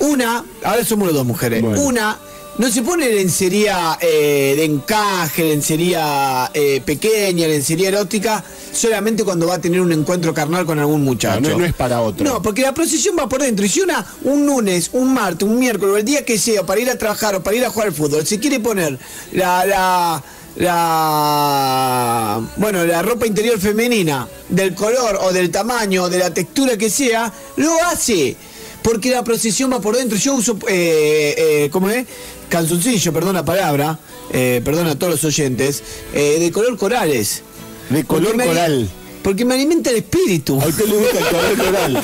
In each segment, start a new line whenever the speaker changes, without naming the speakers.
Una, ahora somos dos mujeres,
Bueno.
una no se pone lencería eh, de encaje, lencería eh, pequeña, lencería erótica, solamente cuando va a tener un encuentro carnal con algún muchacho.
Ah, No, no es para otro.
No, porque la procesión va por dentro. Y si una, un lunes, un martes, un miércoles, o el día que sea, para ir a trabajar o para ir a jugar al fútbol, se quiere poner la. la la bueno la ropa interior femenina del color o del tamaño o de la textura que sea lo hace porque la procesión va por dentro yo uso eh, eh, cómo es calzoncillo perdón la palabra eh, perdón a todos los oyentes eh, de color corales
De color
Porque me-
coral.
porque me alimenta el espíritu
A usted le gusta el color coral.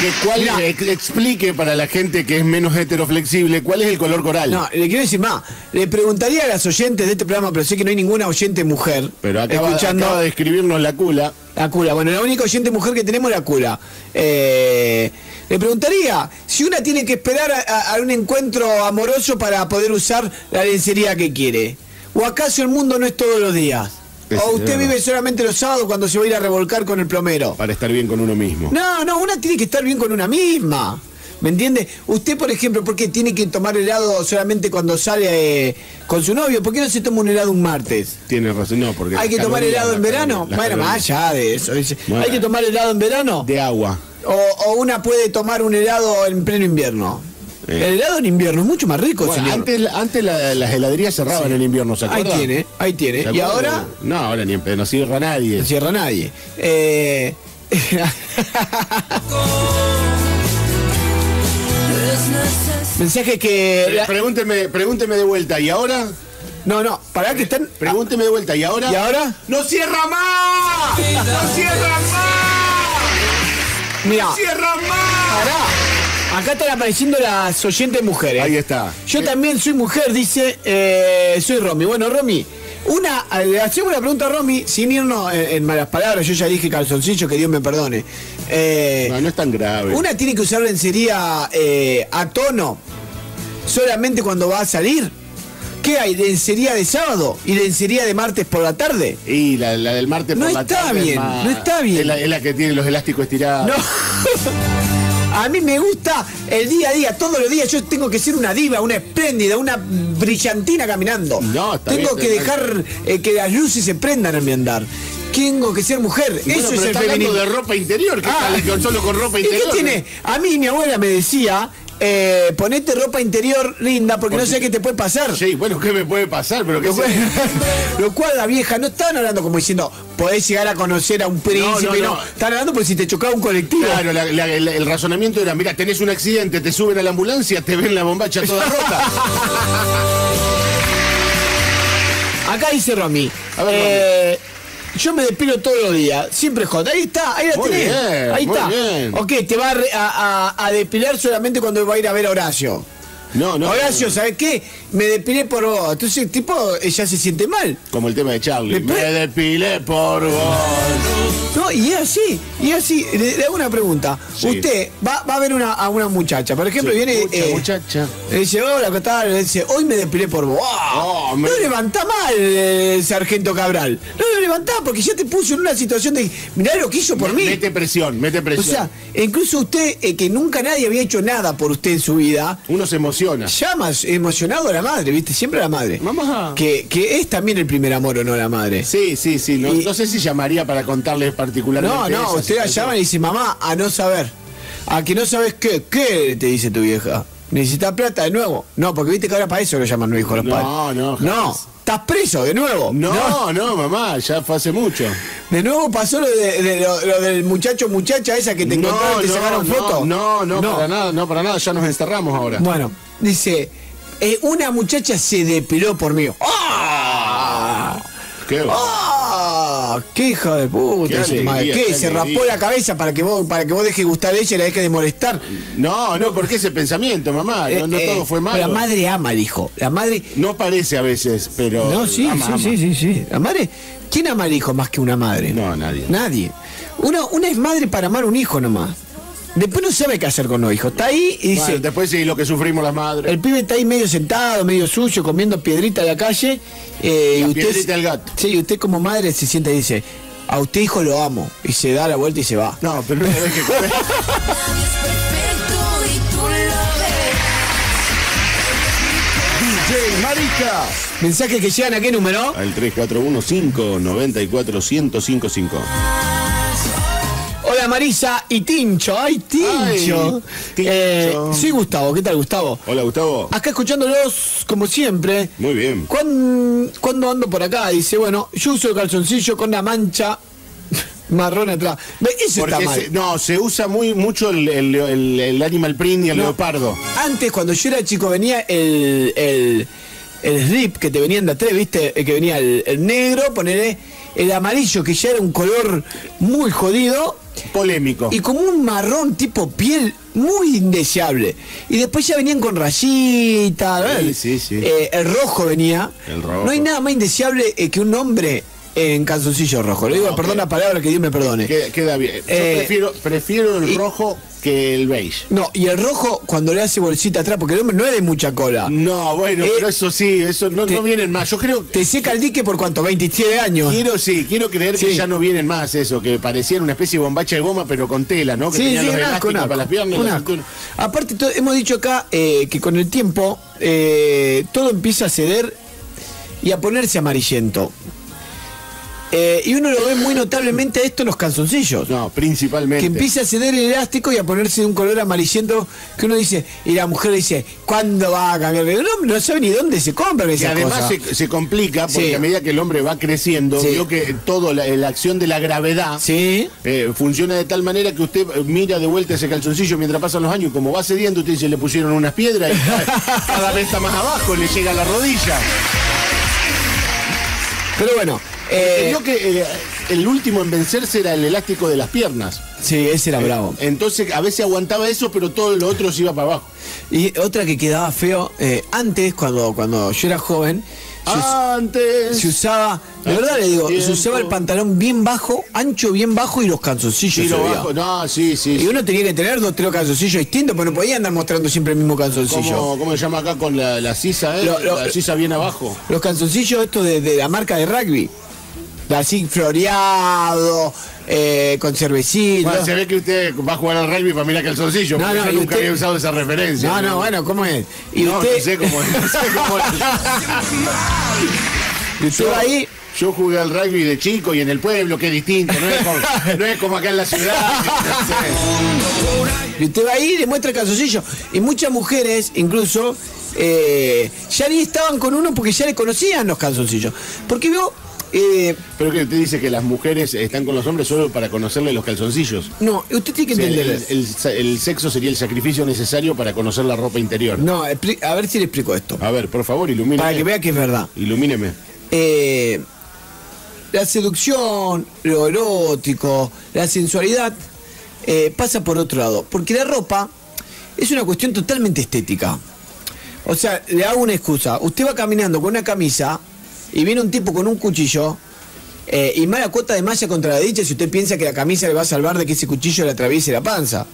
Que cuál,
Mirá.
ex- explique para la gente que es menos heteroflexible cuál es el color coral.
No, le quiero decir más. Le preguntaría a las oyentes de este programa, pero sé que no hay ninguna oyente mujer.
Pero acaba,
escuchando
acaba de escribirnos la cula.
la cura. Bueno, la única oyente mujer que tenemos es la cura. Eh, le preguntaría si una tiene que esperar a, a- a un encuentro amoroso para poder usar la lencería que quiere. ¿O acaso el mundo no es todos los días?
Es-
¿O usted
es
vive
verdad.
solamente los sábados cuando se va a ir a revolcar con el plomero?
Para estar bien con uno mismo.
No, no, una tiene que estar bien con una misma. ¿Me entiende? Usted, por ejemplo, ¿por qué tiene que tomar helado solamente cuando sale eh, con su novio? ¿Por qué no se toma un helado un martes?
Tiene razón. No, porque
¿Hay que
las
tomar
calorías,
helado en
las
verano?
calorías, las
Bueno, más
calorías.
allá de eso. es-
Bueno.
¿Hay que tomar helado en verano?
De agua.
O, o una puede tomar un helado en pleno invierno?
Eh.
El helado en invierno es mucho más rico,
Bueno,
Pues, señor.
antes antes la- las heladerías cerraban en invierno, ¿se
ahí
acuerda?
tiene, ahí tiene.
¿Se
Y
acuerda?
ahora...
No, ahora ni en pedo, no cierra nadie.
No cierra nadie. Eh, Mensaje que...
Pre- Eh, Pregúnteme, pregúnteme de vuelta, ¿y ahora?
No, no, pará que están...
Pregúnteme de vuelta, ¿y ahora?
¿Y ahora?
¡No cierra más! ¡No cierra más!
Mira,
¡No cierra más!
pará. Acá están apareciendo las oyentes mujeres.
Ahí está.
Yo también soy mujer, dice, eh, soy Romy. Bueno, Romy, una, le hacemos una pregunta a Romy, sin irnos eh, en, en malas palabras, yo ya dije calzoncillo, que Dios me perdone. Eh,
No, no es tan grave.
una tiene que usar lencería eh, a tono, solamente cuando va a salir. ¿Qué hay? ¿Lencería de sábado y lencería de martes por la tarde?
Y la, la del martes
No
por la
está
tarde es
bien,
más-
no está bien.
Es la, es la que tiene los elásticos estirados.
No. A mí me gusta el día a día, todos los días yo tengo que ser una diva, una espléndida, una brillantina caminando.
No, está
tengo
bien,
que
está
dejar eh, que las luces se prendan en mi andar. Tengo que ser mujer,
Bueno,
eso
pero
es el
está hablando
feminismo.
de ropa interior, que
Ah.
sale con- solo con ropa
¿Y qué
interior.
tiene? A mí mi abuela me decía, eh, ponete ropa interior linda porque no sé qué te puede pasar.
Sí, bueno, ¿qué me puede pasar? Pero qué
Lo cual,
sé-
lo cual la vieja no estaban hablando como diciendo, podés llegar a conocer a un príncipe, no.
no.
Están hablando por si te chocaba un colectivo.
Claro, la- la- el, el razonamiento era, mira, tenés un accidente, te suben a la ambulancia, te ven la bombacha toda rota.
Acá dice Romy.
A ver,
eh, yo me despilo todos los días, siempre jota. Ahí está, ahí la
Muy
tenés.
bien,
ahí
muy
está.
bien.
Ok, te va a, re- a- a- a depilar solamente cuando va a ir a ver a Horacio.
No, no.
Horacio, ¿sabes qué? Me depilé por vos. Entonces, el tipo, ella se siente mal.
Como el tema de Charlie.
Me
Me,
pe-
depilé por vos.
No, y es así, y es así. Le, le hago una pregunta.
Sí.
Usted va, va a ver una, a una muchacha, por ejemplo,
Sí,
viene. eh,
mucha muchacha.
Le dice, hola, ¿qué tal? Le dice, hoy me depilé por vos. ¡Ah!
Oh,
no
me-
levantá mal, eh, sargento Cabral. No lo levantá porque ya te puso en una situación de. Mirá lo que hizo por mí.
Mete presión, mete
O
presión.
sea, incluso usted, eh, que nunca nadie había hecho nada por usted en su vida,
Uno se emociona.
llama emocionado a la madre, ¿viste? Siempre a la madre.
Mamá.
Que, que es también el primer amor o no la madre.
Sí, sí, sí. No,
Y-
no sé si llamaría para contarles
No,
particularmente.
no,
esa
usted la
situación.
llama y dice, mamá, a no saber. A que no sabes qué, qué te dice tu vieja. Necesitas plata de nuevo. No, porque viste que ahora para eso lo llaman los hijos los
No,
padres.
no, jamás.
No, estás preso de nuevo.
No, no, mamá, ya fue hace mucho.
De nuevo pasó lo, de- de- lo- lo del muchacho muchacha esa que te encontraron y te sacaron
no,
fotos.
No, no, para nada, no, para nada, ya nos encerramos ahora.
Bueno, dice, eh, una muchacha se depiló por mí. ¡Ah!
Qué va-
¡Ah! ¡Qué hija de puta!
Qué
esa
alegría,
madre! ¿Qué?
qué
¿Se rapó
alegría.
la cabeza para que vos, para que vos dejes gustar a ella y la dejes de molestar?
No, no, porque ese pensamiento, mamá, no, no
Eh, eh,
todo fue malo.
La madre ama al hijo. La madre.
No parece a veces, pero.
No, sí,
Oh, ama,
sí,
ama.
sí, sí, sí. La madre. ¿Quién ama al hijo más que una madre?
No, nadie.
Nadie. Uno, una es madre para amar un hijo nomás. Después no sabe qué hacer con los hijos. Está ahí y dice.
Bueno, después sí, lo que sufrimos las madres.
El pibe está ahí medio sentado, medio sucio, comiendo piedrita de la calle. eh,
La
y usted,
piedrita del gato.
Sí, y usted como madre se sienta y dice, a usted hijo lo amo. Y se da la vuelta y se va.
No, pero una vez que
Nadie es perfecto y tú lo ves.
DJ Marica.
Mensajes que llegan a qué número?
Al 341-594-1055.
Hola Marisa y Tincho. Ay, Tincho.
Ay, Tincho.
Eh, soy Gustavo. ¿Qué tal, Gustavo?
Hola, Gustavo.
Acá escuchándolos como siempre.
Muy bien.
¿Cuán- ¿Cuándo ando por acá? Dice, bueno, yo uso el calzoncillo con la mancha marrón atrás. Ve, Eso
Porque
está mal.
se- no, se usa muy mucho el, el- el- el animal print y el
No.
leopardo.
Antes, cuando yo era chico, venía el, el, el slip que te venían de atrás, ¿viste? El que venía el, el negro, ponerle el amarillo, que ya era un color muy jodido,
Polémico.
y como un marrón tipo piel muy indeseable. Y después ya venían con rayitas.
Sí,
¿verdad?
sí, sí.
Eh, el rojo venía.
El rojo.
No hay nada más indeseable eh, que un hombre en calzoncillo rojo. Le digo,
No,
perdón
que-
la palabra, que Dios me perdone.
Queda, queda bien. Yo
Eh,
prefiero, prefiero el
y-
rojo que el beige.
No, y el rojo cuando le hace bolsita atrás, porque el hombre no es de mucha cola.
No, bueno,
Eh,
pero eso sí, eso no,
te-
no vienen más. Yo creo
Te seca el dique por cuánto, 27 años.
Quiero, sí, quiero creer que
Sí.
ya no vienen más eso, que parecían una especie de bombacha de goma, pero con tela, ¿no? Que
Sí,
tenían
sí,
los
un asco,
elásticos
un asco,
para las piernas.
un
la
asco.
cintura.
Aparte, to- hemos dicho acá eh, que con el tiempo eh, todo empieza a ceder y a ponerse amarillento. Eh, y uno lo ve muy notablemente a esto en los calzoncillos.
No,
Que
principalmente.
empieza a ceder el elástico y a ponerse de un color amarillento que uno dice, y la mujer dice, ¿cuándo va a cambiar? El hombre no sabe ni dónde se compra
Y
esa
además se, se complica porque
Sí.
a medida que el hombre va creciendo,
Sí.
vio que toda la, la acción de la gravedad
Sí.
eh, funciona de tal manera que usted eh, mira de vuelta ese calzoncillo mientras pasan los años y como va cediendo, usted dice, le pusieron unas piedras y cada, cada vez está más abajo, le llega a la rodilla.
Pero bueno, eh,
Vio que eh, el último en vencerse era el elástico de las piernas.
sí, ese era bravo.
Entonces a veces aguantaba eso, pero todo lo otro se iba para abajo.
Y otra que quedaba feo, eh, antes, cuando, cuando yo era joven,
Ah,
se us-
Antes.
se usaba, de verdad le digo, se usaba el pantalón bien bajo, ancho bien bajo y los calzoncillos.
Tiro
subía.
bajo. No, sí, sí.
Y
sí.
uno tenía que tener dos, tres calzoncillos distintos, pero no podía andar mostrando siempre el mismo calzoncillo.
¿Cómo, cómo se llama acá con la, la sisa, eh?
Lo- lo-
la sisa bien abajo.
Los calzoncillos estos de, de la marca de rugby. Así floreado, eh, con cervecita.
Bueno, se ve que usted va a jugar al rugby para mirar calzoncillo.
No,
porque
no,
yo
y
nunca
usted-
había usado esa referencia.
no, no, bueno, ¿cómo es? Y
no,
usted,
no sé cómo es. No sé cómo es.
y usted va ahí,
Yo jugué al rugby de chico y en el pueblo, que es distinto. No es como, no es como acá en la ciudad. No sé.
y usted va ahí y le muestra el calzoncillo. Y muchas mujeres, incluso, eh, ya ni estaban con uno porque ya le conocían los calzoncillos. Porque vio, eh,
Pero que usted dice que las mujeres están con los hombres solo para conocerle los calzoncillos.
No, usted tiene que
O sea, el,
entender.
el- el sexo sería el sacrificio necesario para conocer la ropa interior.
No, expli- a ver si le explico esto.
A ver, por favor, ilumíneme.
Para que vea que es verdad.
Ilumíneme.
Eh, la seducción, lo erótico, la sensualidad eh, pasa por otro lado. Porque la ropa es una cuestión totalmente estética. O sea, le hago una excusa. Usted va caminando con una camisa y viene un tipo con un cuchillo eh, y mala cuota de malla contra la dicha si usted piensa que la camisa le va a salvar de que ese cuchillo le atraviese la panza.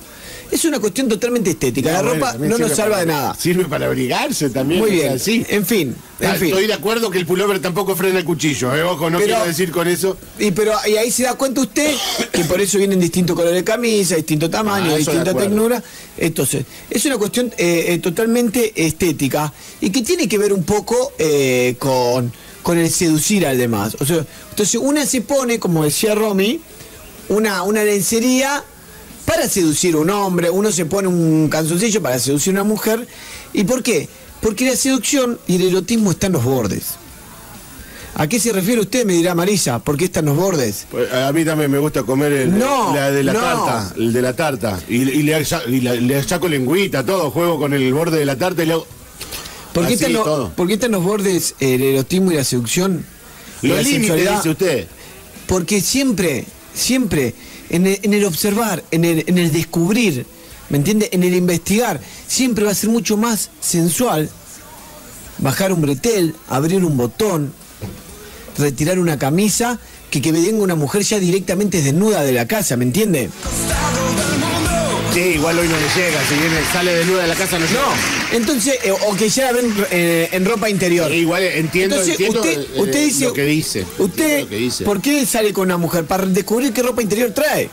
Es una cuestión totalmente estética. la
No, Ah, bueno,
ropa
también
no nos
sirve
salva
para-
de nada.
Sirve para abrigarse también.
Muy
o sea,
bien.
sí.
En fin, en
Ah,
fin.
Estoy de acuerdo que el pullover tampoco frena el cuchillo. eh, Ojo, no
Pero-
quiero decir con eso.
Y pero y ahí se da cuenta usted que por eso vienen distintos colores de camisa, distinto tamaño,
Ah, eso de
distinta
acuerdo.
tecnura. Entonces, es una cuestión eh, eh, totalmente estética y que tiene que ver un poco eh, con, con el seducir al demás. O sea, entonces una se pone, como decía Romy, una, una lencería para seducir a un hombre, uno se pone un canzoncillo para seducir a una mujer. ¿Y por qué? Porque la seducción y el erotismo están en los bordes. ¿A qué se refiere usted? Me dirá Marisa, porque están los bordes.
Pues, A mí también me gusta comer el,
No,
la de la
no.
tarta, el de la tarta. Y, y le, sa- y la- le saco lengüita, todo, juego con el borde de la tarta y le hago-
¿Por qué,
Así
están lo-
todo.
por qué están los bordes eh, el erotismo y la seducción? y
Los
la
límites,
sensualidad?
dice usted.
Porque siempre, siempre, en el, en el observar, en el, en el descubrir, ¿me entiende? En el investigar, siempre va a ser mucho más sensual bajar un bretel, abrir un botón, retirar una camisa, que que venga una mujer ya directamente desnuda de la casa, ¿me entiende?
Sí, igual hoy no le llega, si viene, sale desnuda de la casa no llega.
Entonces, eh, o que ya la ven eh, en ropa interior.
Eh, igual entiendo,
Entonces,
entiendo
usted,
el- el-
usted dice,
lo que dice.
Usted,
Lo que dice.
¿por qué sale con una mujer? Para descubrir qué ropa interior trae.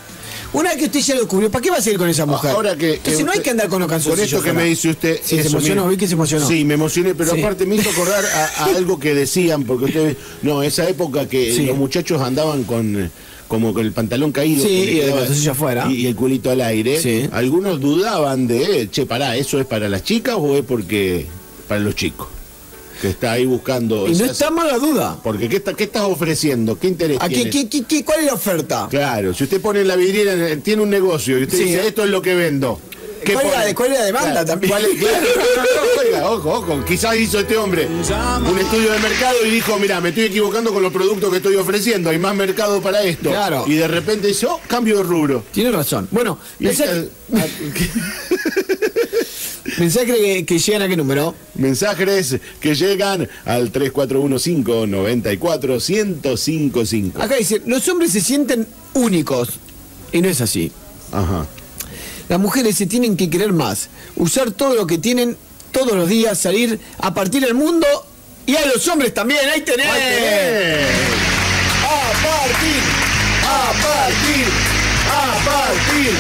Una vez que usted ya lo descubrió, ¿para qué va a salir con esa mujer?
Ah, Ahora que, eh,
Entonces no hay
usted-
que andar con los
Con
calzoncillos.
esto que
fuera.
me dice usted.
Sí, se
eso,
emocionó,
mire.
vi que se emocionó.
Sí, me emocioné, pero
Sí.
aparte me hizo acordar a, a algo que decían, porque ustedes. No, esa época que
Sí.
los muchachos andaban con. eh, Como con el pantalón caído.
Sí,
que le
y el
quedaba-
calzoncillo afuera.
Y, y el culito al aire.
Sí.
Algunos dudaban de, eh, che, pará, ¿eso es para las chicas o es porque para los chicos? Que está ahí buscando.
Y no
esas-
está mal la duda.
Porque ¿qué, está, ¿qué estás ofreciendo? ¿Qué interés
¿A qué,
tienes?
qué- qué- qué- ¿Cuál es la oferta?
Claro, si usted pone en la vidriera, eh, tiene un negocio y usted
Sí.
dice, esto es lo que vendo. ¿Qué
¿Cuál es la
pone?
de- cuál es la demanda
Claro,
también?
¿cuál es- claro, no, no, no, oiga, ojo, ojo, quizás hizo este hombre un estudio de mercado y dijo, mira, me estoy equivocando con los productos que estoy ofreciendo, hay más mercado para esto.
Claro.
Y de repente dice, oh, cambio de rubro.
Tiene razón. Bueno,
Y ahí
mensaje,
está-
mensaje que, que llegan a qué número.
Mensajes que llegan al 3415-94-1055.
Acá dice, los hombres se sienten únicos. Y no es así.
Ajá.
Las mujeres se tienen que querer más, usar todo lo que tienen todos los días, salir a partir del mundo y a los hombres también. Ahí tenés.
Ahí tenés. A partir, a partir, a partir,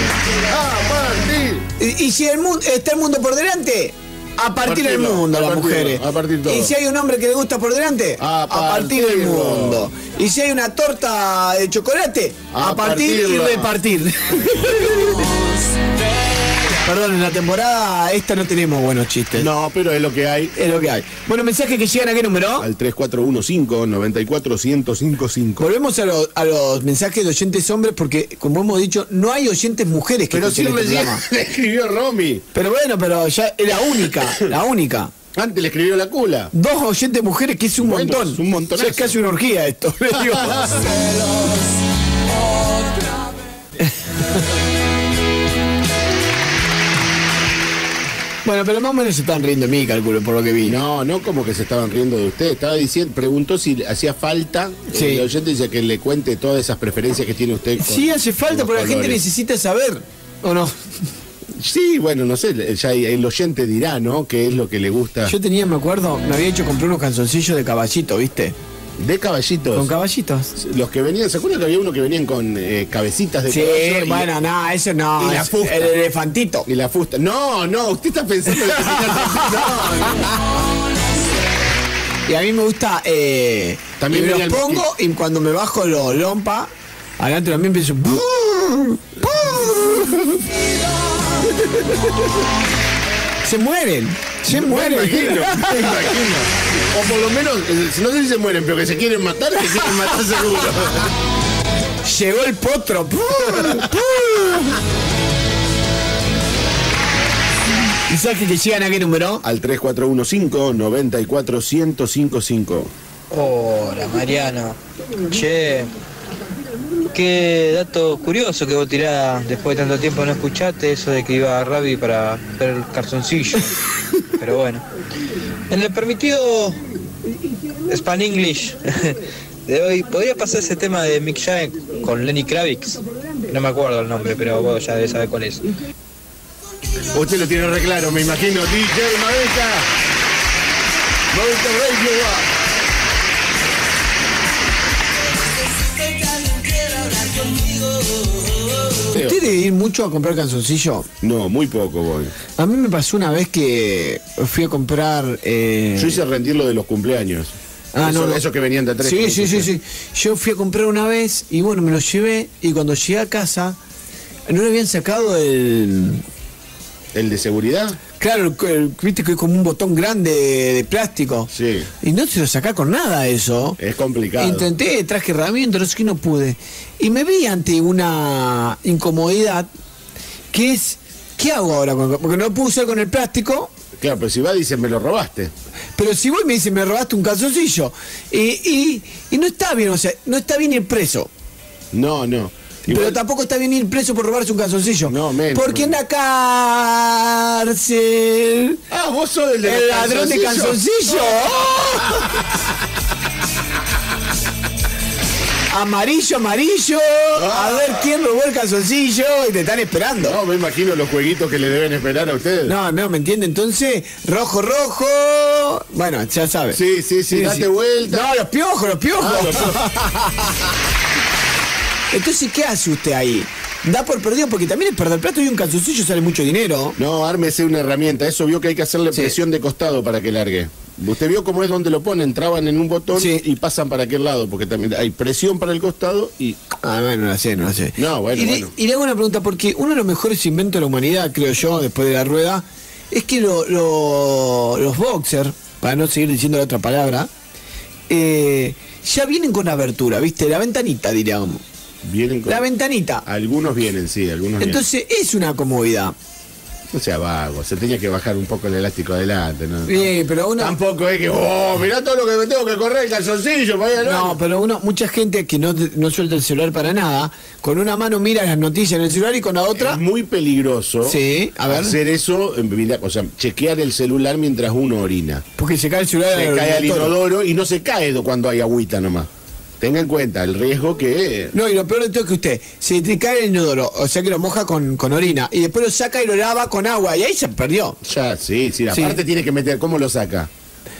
a partir.
Y, y si el mundo está el mundo por delante, a partir del
Partirlo,
mundo
a
las
partirlo,
mujeres.
a partir todo.
Y si hay un hombre que le gusta por delante,
A
a, partir del
partirlo.
mundo. Y si hay una torta de chocolate, a,
A
partir y
partirla.
repartir. Perdón, en la temporada esta no tenemos buenos chistes.
No, pero es lo que hay.
Es lo que hay. Bueno, mensajes que llegan a qué número?
Al 3415-94-1055.
Volvemos a, lo- a los mensajes de oyentes hombres porque, como hemos dicho, no hay oyentes mujeres que
Pero si
escuchen este
recién
programa.
le escribió Romy.
Pero bueno, pero ya es la única, la única.
Antes le escribió la cula.
Dos oyentes mujeres que es un
Bueno,
montón.
es un montonazo.
Ya Es casi una orgía esto. le digo. bueno, pero más o menos se están riendo de mí, calculo, por lo que vi. ¿no?
No, no como que se estaban riendo de usted. Estaba diciendo, preguntó si hacía falta. eh,
Sí.
El oyente dice que le cuente todas esas preferencias que tiene usted. con-
Sí hace
con
falta,
los
porque la gente
colores.
necesita saber. ¿O no?
Sí, bueno, no sé, ya el oyente dirá, ¿no? ¿Qué es lo que le gusta?
Yo tenía, me acuerdo, me había hecho comprar unos calzoncillos de caballito, ¿viste?
De caballitos.
Con caballitos.
los que venían, ¿se acuerdan que había uno que venían con eh, cabecitas de
Sí,
caballo y-
bueno, no, eso no.
y la
es-
fusta.
el elefantito.
y, la fusta? No, no, usted está pensando en el que tenía- no, no.
Y a mí me gusta. Eh,
También
y me
venía
los
el
pongo y cuando me bajo los lompa, adelante también empiezo. se mueren, se
Me
mueren.
imagino, me imagino. O por lo menos, eh, no sé si se mueren, pero que se quieren matar, se quieren matar seguro.
Llegó el potro. ¿Y sabes que llegan a qué número?
Al 3415-94-1055.
Hola Mariano, che, qué dato curioso que vos tirás después de tanto tiempo no escuchaste eso de que iba a Rabi para ver el calzoncillo, pero bueno. En el permitido Span English de hoy, ¿podría pasar ese tema de Mick Jagger con Lenny Kravitz? No me acuerdo el nombre, pero vos ya debes saber cuál es.
Usted lo tiene re claro, me imagino. DJ Maveta. Maveta Radio.
¿Ustedes ir mucho a comprar canzoncillo?
No, muy poco voy.
A mí me pasó una vez que fui a comprar. eh,
Yo hice rendir lo de los cumpleaños.
Ah,
eso,
no, no.
Eso que venían de atrás.
Sí, sí, sí, sí. Yo fui a comprar una vez y bueno, me lo llevé y cuando llegué a casa no le habían sacado el...
¿El de seguridad?
Claro, el- el- viste que es como un botón grande de plástico.
Sí.
Y no se lo sacá con nada eso.
Es complicado.
Intenté, traje herramientas, no sé qué, no pude. Y me vi ante una incomodidad que es, ¿qué hago ahora? con- Porque no lo puedo usar con el plástico,
Claro, pero si va, dicen, me lo robaste.
Pero si voy y me dicen, me robaste un calzoncillo. Y, y- y no está bien, o sea, no está bien ir preso.
No, no.
Pero tampoco está bien ir preso por robarse un calzoncillo.
No, menos,
Porque en
menos.
la cárcel.
Ah, vos sos el de
El ladrón de calzoncillo. Amarillo, amarillo. A ver quién robó el calzoncillo y te están esperando.
Ah. No, me imagino los jueguitos que le deben esperar a ustedes.
No, no, ¿me entiende? Entonces, rojo, rojo. Bueno, ya sabes.
Sí, sí, sí, date vuelta.
No, los piojos, los piojos.
Ah, los
Entonces, ¿qué hace usted ahí? Da por perdido porque también es perder plato y un calzoncillo sale mucho dinero.
No, ármese una herramienta. Eso vio que hay que hacerle
Sí.
presión de costado para que largue. Usted vio cómo es donde lo ponen, traban en un botón
Sí.
y pasan para aquel lado, porque también hay presión para el costado y
Ah, bueno, no la sé, no la sé.
No, bueno,
y, le-
bueno.
y le hago una pregunta, porque uno de los mejores inventos de la humanidad, creo yo, después de la rueda, es que lo- lo- los boxers, para no seguir diciendo la otra palabra, eh, ya vienen con abertura, ¿viste? La ventanita, diríamos.
vienen con...
La ventanita.
Algunos vienen, sí, algunos
Entonces es una comodidad.
vienen. No sea vago, se tenía que bajar un poco el elástico adelante, ¿no?
Eh, pero una-
Tampoco es que, oh, mirá todo lo que me tengo que correr el calzoncillo para ir al
No,
baño".
pero uno, mucha gente que no, no suelta el celular para nada, con una mano mira las noticias en el celular y con la otra.
Es muy peligroso
Sí, a ver.
hacer eso, en vida- o sea, chequear el celular mientras uno orina.
Porque se cae el celular
se
al
cae al
inodoro.
inodoro y no se cae do- cuando hay agüita nomás. Tenga en cuenta el riesgo que...
No, y lo peor de todo es que usted se te cae el inodoro, o sea que lo moja con, con orina, y después lo saca y lo lava con agua, y ahí se perdió.
Ya, sí, sí,
Sí.
aparte tiene que meter, ¿cómo lo saca?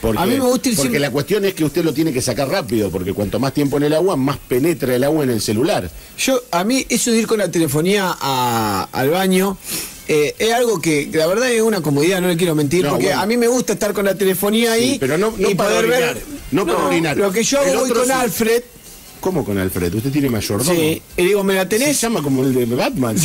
Porque,
A mí me gusta ir
porque
siempre-
la cuestión es que usted lo tiene que sacar rápido, porque cuanto más tiempo en el agua, más penetra el agua en el celular.
Yo, a mí, eso de ir con la telefonía a- al baño eh, es algo que, la verdad, es una comodidad, no le quiero mentir,
No,
porque
bueno.
a mí me gusta estar con la telefonía ahí.
Sí, pero no- no
y
para
poder
orinar,
ver.
no para orinar.
Lo que yo
El
hago voy
otro
con
sí.
Alfred,
¿Cómo con Alfredo? ¿Usted tiene mayordomo?
sí, y digo, ¿me la
Se
tenés?
llama como el de Batman.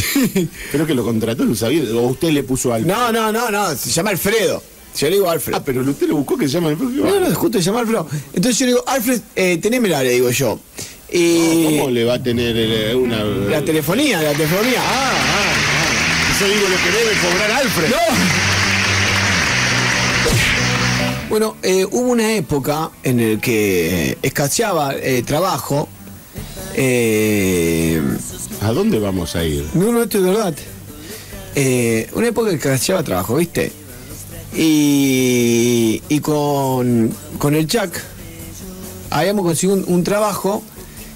Creo que lo contrató, lo sabía. O usted le puso algo.
No, no, no, no, se llama Alfredo. Yo le digo Alfred.
Ah, pero usted lo buscó que se llama el propio
No,
Batman.
no, justo se llama Alfredo. Entonces yo le digo, Alfred, eh, tenémela, le digo yo. Y
¿Cómo le va a tener eh, una.
la telefonía, la telefonía.
Ah, ah, ah. Eso digo lo que debe cobrar Alfred.
Bueno, eh, hubo una época en el que escaseaba eh, trabajo. Eh,
¿A dónde vamos a ir?
no, no, esto es verdad. Eh, una época que escaseaba trabajo, ¿viste? Y, y con, con el Chuck habíamos conseguido un, un trabajo.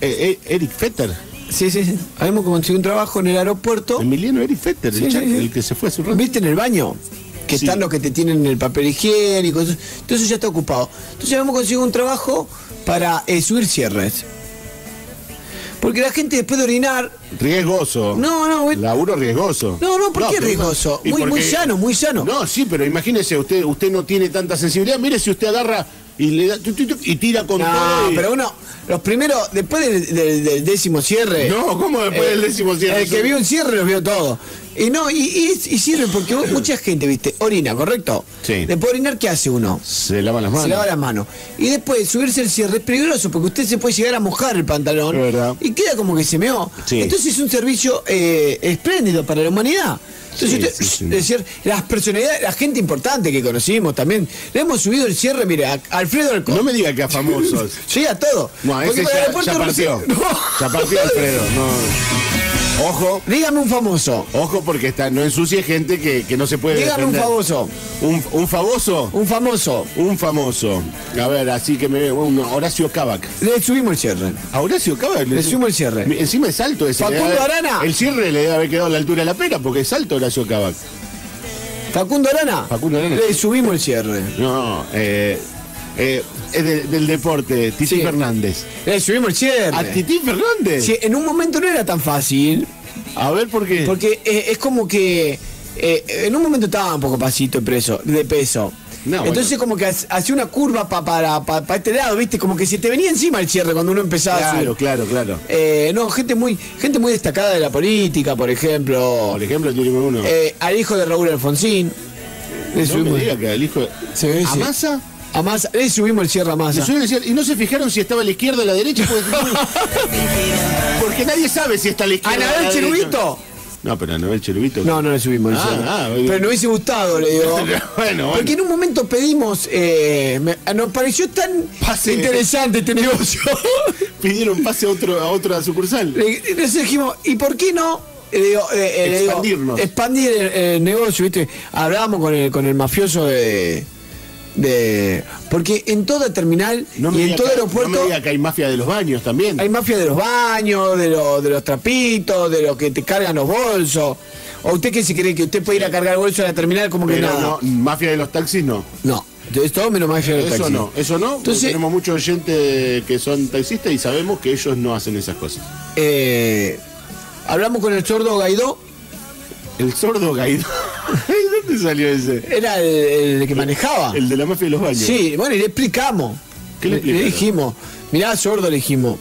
Eh, eh, Eric Fetter.
Sí, sí, sí. Habíamos conseguido un trabajo en el aeropuerto.
Emiliano Eric Fetter,
Sí,
el,
sí,
chac-
sí.
el que se fue hace un rato.
¿Viste en el baño? Que
Sí.
están los que te tienen el papel higiénico, eso- todo eso ya está ocupado. Entonces habíamos conseguido un trabajo para eh, subir cierres. Porque la gente después de orinar,
Riesgoso.
No, no, güey.
Laburo riesgoso.
No, no, ¿por qué
pero-
riesgoso?
y
Muy- muy sano, muy sano.
No, sí, pero imagínese, usted usted no tiene tanta sensibilidad. Mire si usted agarra y le da tu, tu, tu, y tira con todo.
no,
y-
pero uno, los primeros, después del, del- del décimo cierre.
No, ¿cómo después
eh,
del décimo cierre?
El que vio un cierre los vio todos. Y no, y, y- y sirve porque mucha gente, viste, orina, ¿correcto?
Sí.
Después de orinar, ¿qué hace uno?
Se lavan las manos.
Se lava las manos. Y después subirse el cierre es peligroso porque usted se puede llegar a mojar el pantalón.
Es verdad.
Y queda como que se meó.
Sí.
Entonces es un servicio eh, espléndido para la humanidad. Entonces
Sí,
usted,
sí, sí.
es decir, las personalidades, la gente importante que conocimos también, le hemos subido el cierre, mire, a Alfredo Alcón.
No me diga que a famosos.
Sí, a todo.
No,
Porque para
ese
el
ya,
aeropuerto
ya
no se-
partió.
No.
Ya partió Alfredo. no. Ojo,
Dígame un famoso.
ojo porque está, no ensucie gente que, que no se puede
Dígame un
defender.
famoso.
¿Un, un famoso?
Un famoso.
Un famoso. A ver, así que me veo. uno, Horacio Cabac.
Le subimos el cierre.
A Horacio Cabac
Le sumo el cierre.
Encima es alto ese. le
Facundo
debe haber-
Arana.
El cierre le debe haber quedado a la altura de la pera porque es alto Horacio Cabac.
Facundo Arana.
Facundo Arana.
Le subimos el cierre.
No, eh, eh, es de- del deporte, Titi
Sí.
Fernández.
Le subimos el cierre.
¿A Titi Fernández?
Sí, en un momento no era tan fácil,
A ver por qué.
porque eh, es como que eh, en un momento estaba un poco pasito de preso, de peso.
No, bueno.
Entonces como que ha- hacía una curva pa- para pa- pa este lado, viste, como que se te venía encima el cierre cuando uno empezaba a
Claro,
subir.
claro, claro.
Eh, no, gente muy, gente muy destacada de la política, por ejemplo.
Por ejemplo, tiene uno.
eh, al hijo de Raúl Alfonsín. Le
no me
subimos.
diga que el hijo.
Sí, sí.
¿A Massa?
A Massa, le subimos el cierre a
Se
Massa.
suele decir, y no se fijaron si estaba a la izquierda o a la derecha. Porque, porque nadie sabe si está a la
Ah,
izquierda. o a la
Anabel
derecha.
Cherubito.
No, pero Anabel Cherubito.
No, no le subimos el
Ah,
cierre.
ah, bueno.
Pero no hubiese gustado, le digo.
Bueno, bueno.
Porque en un momento pedimos, eh, me- nos pareció tan
Pase.
interesante este negocio.
Pidieron pase a, otro, a otra sucursal.
Le- Entonces dijimos, ¿y por qué no? Le digo, eh, eh, le digo,
Expandirnos.
expandir el, el negocio, ¿viste? Hablábamos con el, con el mafioso de, de porque en toda terminal
No me
y en
diga
todo
que-
aeropuerto
No me diga que hay mafia de los baños también.
hay mafia de los baños, de, lo- de los trapitos, de los que te cargan los bolsos. ¿O usted qué se cree que usted puede ir a cargar bolsos a la terminal como que
Pero
nada?
no, mafia de los taxis no.
No, es todo menos mafia de los
Eso
taxis.
no, eso no. porque
Entonces-
tenemos muchos oyentes que son taxistas y sabemos que ellos no hacen esas cosas.
Eh, hablamos con el sordo Gaidó,
El sordo Gaidó. ¿De dónde salió ese?
era el, el que manejaba.
El de la mafia de los baños.
Ah. Sí, bueno, y le explicamos.
¿Qué le explicaron?
dijimos, mirá, sordo, le dijimos,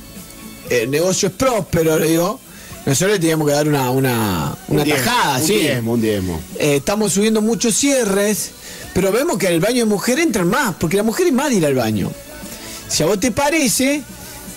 el negocio es próspero, le digo. Nosotros le teníamos que dar una, una,
Un
una
diezmo,
tajada,
un
sí.
diezmo, un diezmo.
Eh, estamos subiendo muchos cierres, pero vemos que al baño de mujer entran más, porque la mujer es más de ir al baño. Si a vos te parece,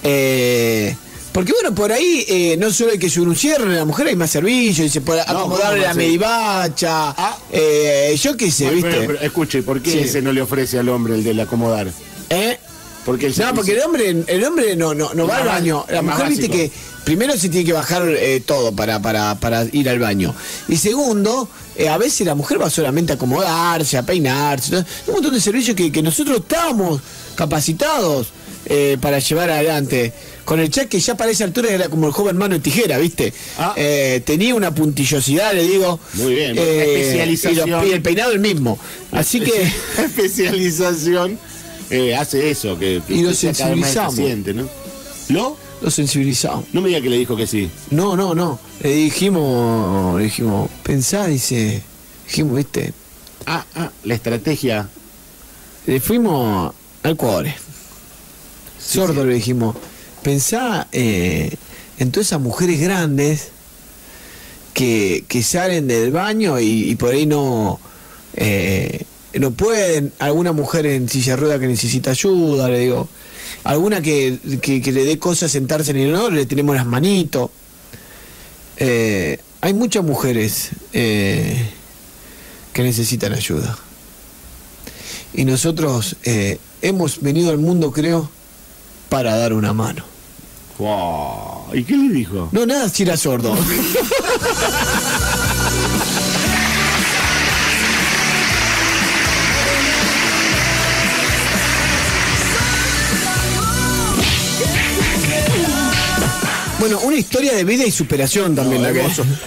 eh, porque bueno, por ahí eh, no solo hay que subir un cierre, la mujer hay más servicio, y se puede
No,
acomodar
¿cómo
la
más?
medibacha,
Ah.
eh, yo qué sé,
Bueno,
¿viste?
pero- pero escuche, ¿por qué
Sí.
ese no le ofrece al hombre el del acomodar?
¿Eh?
Porque el
No,
servicio-
porque el hombre, el hombre no, no, no va
Más
al
ba-
baño. La
más
mujer, viste
básico.
que primero se tiene que bajar eh, todo para, para, para ir al baño. Y segundo, eh, a veces la mujer va solamente a acomodarse, a peinarse. ¿no? Un montón de servicios que, que nosotros estamos capacitados eh, para llevar adelante. Con el chat que ya para esa altura era como el joven mano de tijera, ¿viste?
Ah.
Eh, tenía una puntillosidad, le digo. Eh,
Muy bien, bueno, especialización.
Y, los- y el peinado el mismo. Así que...
La especialización eh, hace eso, que, que
Y lo
usted sea cada vez más
sensibilizamos.
eficiente, ¿no? ¿Lo?
Lo sensibilizamos.
No me diga que le dijo que sí.
No, no, no. Le dijimos, le dijimos, pensá, dice. Dijimos, viste.
Ah, ah, la estrategia.
Le Eh, fuimos al cuadre. Sordo le dijimos, pensá eh, en todas esas mujeres grandes que, que salen del baño y, y por ahí no. eh, no pueden, alguna mujer en silla de rueda que necesita ayuda, le digo, alguna que, que- que le dé cosas sentarse en el honor, le tenemos las manitos. Eh, hay muchas mujeres eh, que necesitan ayuda. Y nosotros eh, hemos venido al mundo, creo, para dar una mano.
Wow. ¿Y qué le dijo?
No, nada, si era sordo. Bueno, una historia de vida y superación también.
No,
la que-
hermoso.